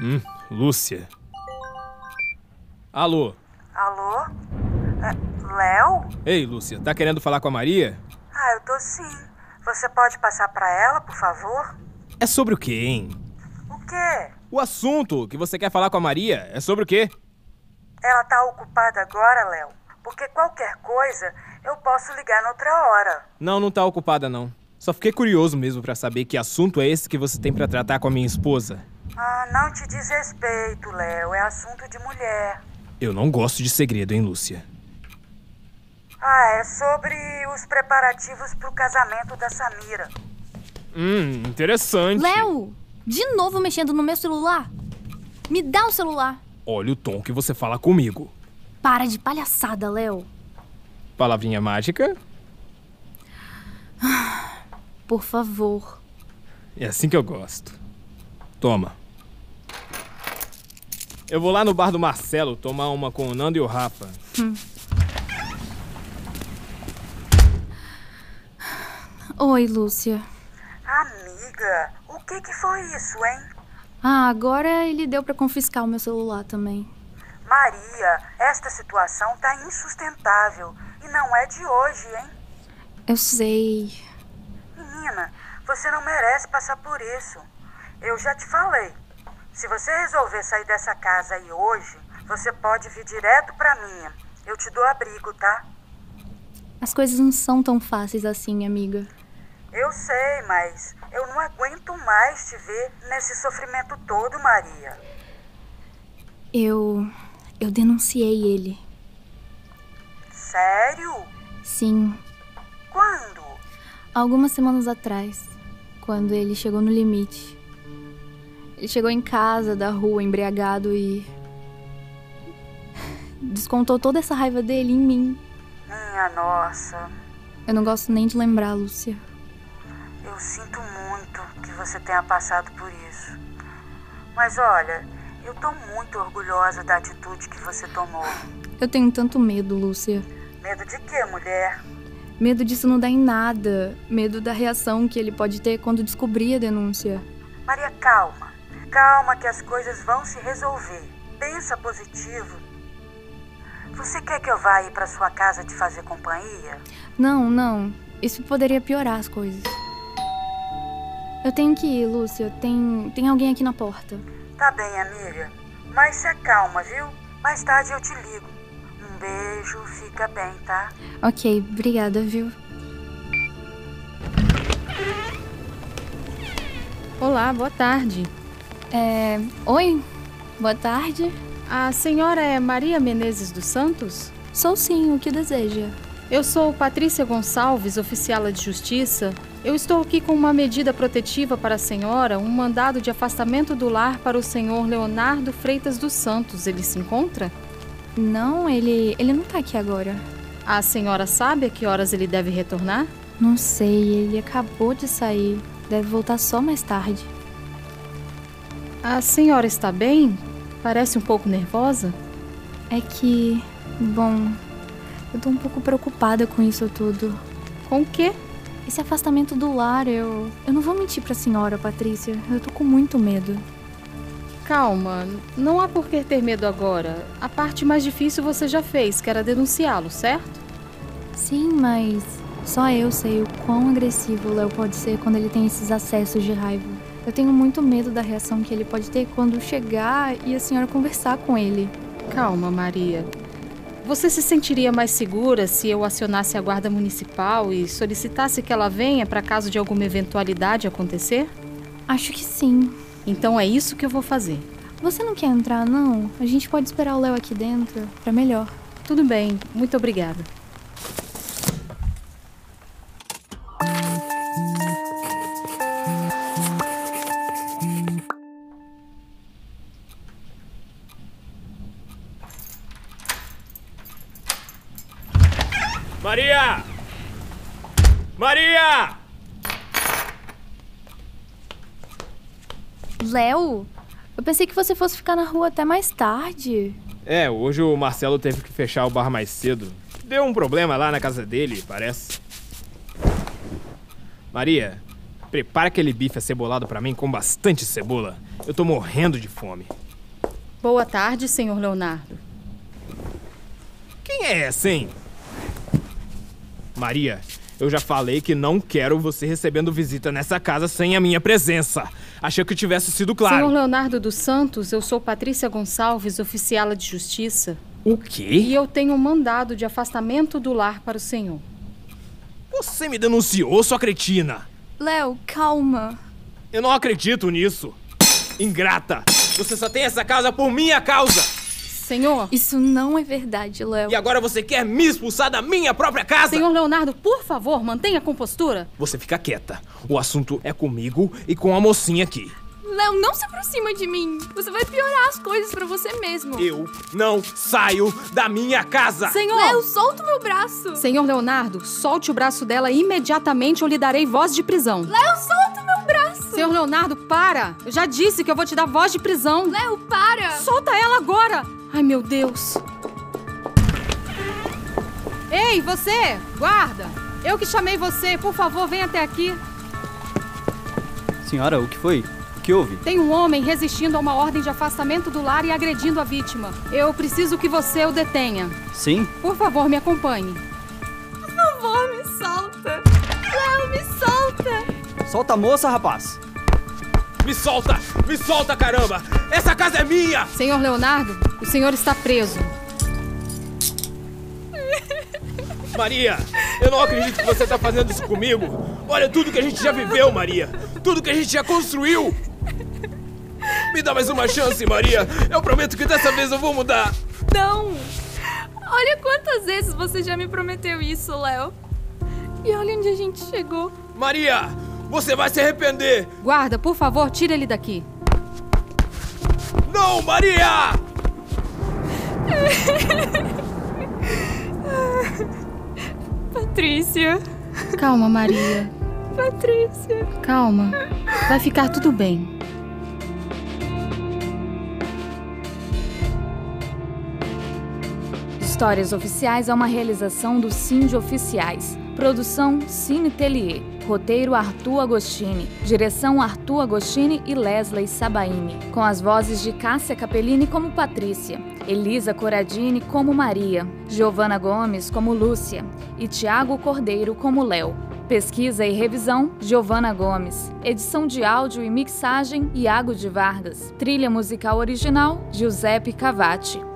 Hum, Lúcia. Alô? Alô? É, Léo? Ei, Lúcia, tá querendo falar com a Maria? Ah, eu tô sim. Você pode passar pra ela, por favor? É sobre o quê, hein? O quê? O assunto que você quer falar com a Maria é sobre o quê? Ela tá ocupada agora, Léo? Porque qualquer coisa eu posso ligar noutra hora. Não, não tá ocupada não. Só fiquei curioso mesmo pra saber que assunto é esse que você tem pra tratar com a minha esposa. Ah, não te desrespeito, Léo. É assunto de mulher. Eu não gosto de segredo, hein, Lúcia? Ah, é sobre os preparativos pro casamento da Samira. Hum, interessante. Léo, de novo mexendo no meu celular? Me dá o celular. Olha o tom que você fala comigo. Para de palhaçada, Léo. Palavrinha mágica? Por favor. É assim que eu gosto. Toma. Eu vou lá no bar do Marcelo tomar uma com o Nando e o Rafa. Oi, Lúcia. Amiga, o que que foi isso, hein? Ah, agora ele deu pra confiscar o meu celular também. Maria, esta situação tá insustentável e não é de hoje, hein? Eu sei. Menina, você não merece passar por isso. Eu já te falei. Se você resolver sair dessa casa aí hoje, você pode vir direto pra minha. Eu te dou abrigo, tá? As coisas não são tão fáceis assim, amiga. Eu sei, mas eu não aguento mais te ver nesse sofrimento todo, Maria. Eu. Eu denunciei ele. Sério? Sim, Quando? algumas semanas atrás, quando ele chegou no limite. Ele chegou em casa da rua embriagado e. Descontou toda essa raiva dele em mim. Minha nossa, Eu não gosto nem de lembrar, Lúcia. eu sinto muito que você tenha passado por isso. Mas olha, eu tô muito orgulhosa da atitude que você tomou. Eu tenho tanto medo, Lúcia. Medo de quê, mulher? Medo disso não dar em nada. Medo da reação que ele pode ter quando descobrir a denúncia. Maria, calma. Calma que as coisas vão se resolver. Pensa positivo. Você quer que eu vá ir pra sua casa te fazer companhia? Não, não. Isso poderia piorar as coisas. Eu tenho que ir, Lúcia. Tem, tem alguém aqui na porta. Tá bem, amiga. Mas se acalma, viu? Mais tarde eu te ligo. Um beijo, fica bem, tá? Ok, obrigada, viu? Olá, boa tarde. É. Oi, boa tarde. A senhora é Maria Menezes dos Santos? Sou sim, o que deseja. Eu sou Patrícia Gonçalves, oficiala de Justiça. Eu estou aqui com uma medida protetiva para a senhora, um mandado de afastamento do lar para o senhor Leonardo Freitas dos Santos. Ele se encontra? Não, ele. ele não tá aqui agora. A senhora sabe a que horas ele deve retornar? Não sei, ele acabou de sair. Deve voltar só mais tarde. A senhora está bem? Parece um pouco nervosa. É que. bom. Eu tô um pouco preocupada com isso tudo. Com o quê? Esse afastamento do lar, eu. Eu não vou mentir pra senhora, Patrícia. Eu tô com muito medo. Calma, não há por que ter medo agora. A parte mais difícil você já fez, que era denunciá-lo, certo? Sim, mas. Só eu sei o quão agressivo o Léo pode ser quando ele tem esses acessos de raiva. Eu tenho muito medo da reação que ele pode ter quando chegar e a senhora conversar com ele. Calma, Maria. Você se sentiria mais segura se eu acionasse a guarda municipal e solicitasse que ela venha para caso de alguma eventualidade acontecer? Acho que sim. Então é isso que eu vou fazer. Você não quer entrar, não? A gente pode esperar o Léo aqui dentro, pra melhor. Tudo bem, muito obrigada. Maria! Maria! Léo? Eu pensei que você fosse ficar na rua até mais tarde. É, hoje o Marcelo teve que fechar o bar mais cedo. Deu um problema lá na casa dele, parece. Maria, Prepara aquele bife acebolado pra mim com bastante cebola. Eu tô morrendo de fome. Boa tarde, senhor Leonardo. Quem é essa, hein? Maria, eu já falei que não quero você recebendo visita nessa casa sem a minha presença. Achei que tivesse sido claro. Senhor Leonardo dos Santos, eu sou Patrícia Gonçalves, oficiala de justiça, O e quê? eu tenho um mandado de afastamento do lar para o senhor. Você me denunciou, sua cretina! Léo, calma. Eu não acredito nisso! Ingrata! Você só tem essa casa por minha causa! Senhor, Isso não é verdade, Léo. E agora você quer me expulsar da minha própria casa? senhor Leonardo, por favor, mantenha a compostura. Você fica quieta. O assunto é comigo e com a mocinha aqui. Léo, não se aproxima de mim. Você vai piorar as coisas pra você mesmo. Eu não saio da minha casa! Senhor, Léo, solta o meu braço. senhor Leonardo, solte o braço dela imediatamente ou lhe darei voz de prisão. Léo, solta o meu braço. Senhor Leonardo, para! Eu já disse que eu vou te dar voz de prisão. Léo, para. Solta ela agora! Ai, meu Deus! Ei, você! Guarda! Eu que chamei você, por favor, vem até aqui. Senhora, o que foi? O que houve? Tem um homem resistindo a uma ordem de afastamento do lar e agredindo a vítima. Eu preciso que você o detenha. Sim? Por favor, me acompanhe. Por favor, me solta. Léo, me solta. Solta a moça, rapaz! Me solta! Me solta, caramba! Essa casa é minha! Senhor Leonardo, o senhor está preso. Maria, eu não acredito que você tá fazendo isso comigo. Olha tudo que a gente já viveu, Maria. Tudo que a gente já construiu. Me dá mais uma chance, Maria. Eu prometo que dessa vez eu vou mudar. Não. Olha quantas vezes você já me prometeu isso, Léo. E olha onde a gente chegou. Maria, você vai se arrepender. Guarda, por favor, tira ele daqui. Não, Maria! Patrícia. Calma, Maria. Patrícia. Calma. Vai ficar tudo bem. Histórias Oficiais é uma realização do Cindy Oficiais. Produção Cine Tellier. Roteiro Arthur Agostini. Direção Arthur Agostini e Leslie Sabaini. Com as vozes de Cássia Capellini como Patrícia, Elisa Coradini como Maria, Giovana Gomes como Lúcia e Tiago Cordeiro como Léo. Pesquisa e revisão, Giovana Gomes. Edição de áudio e mixagem, Iago de Vargas. Trilha musical original, Giuseppe Cavati.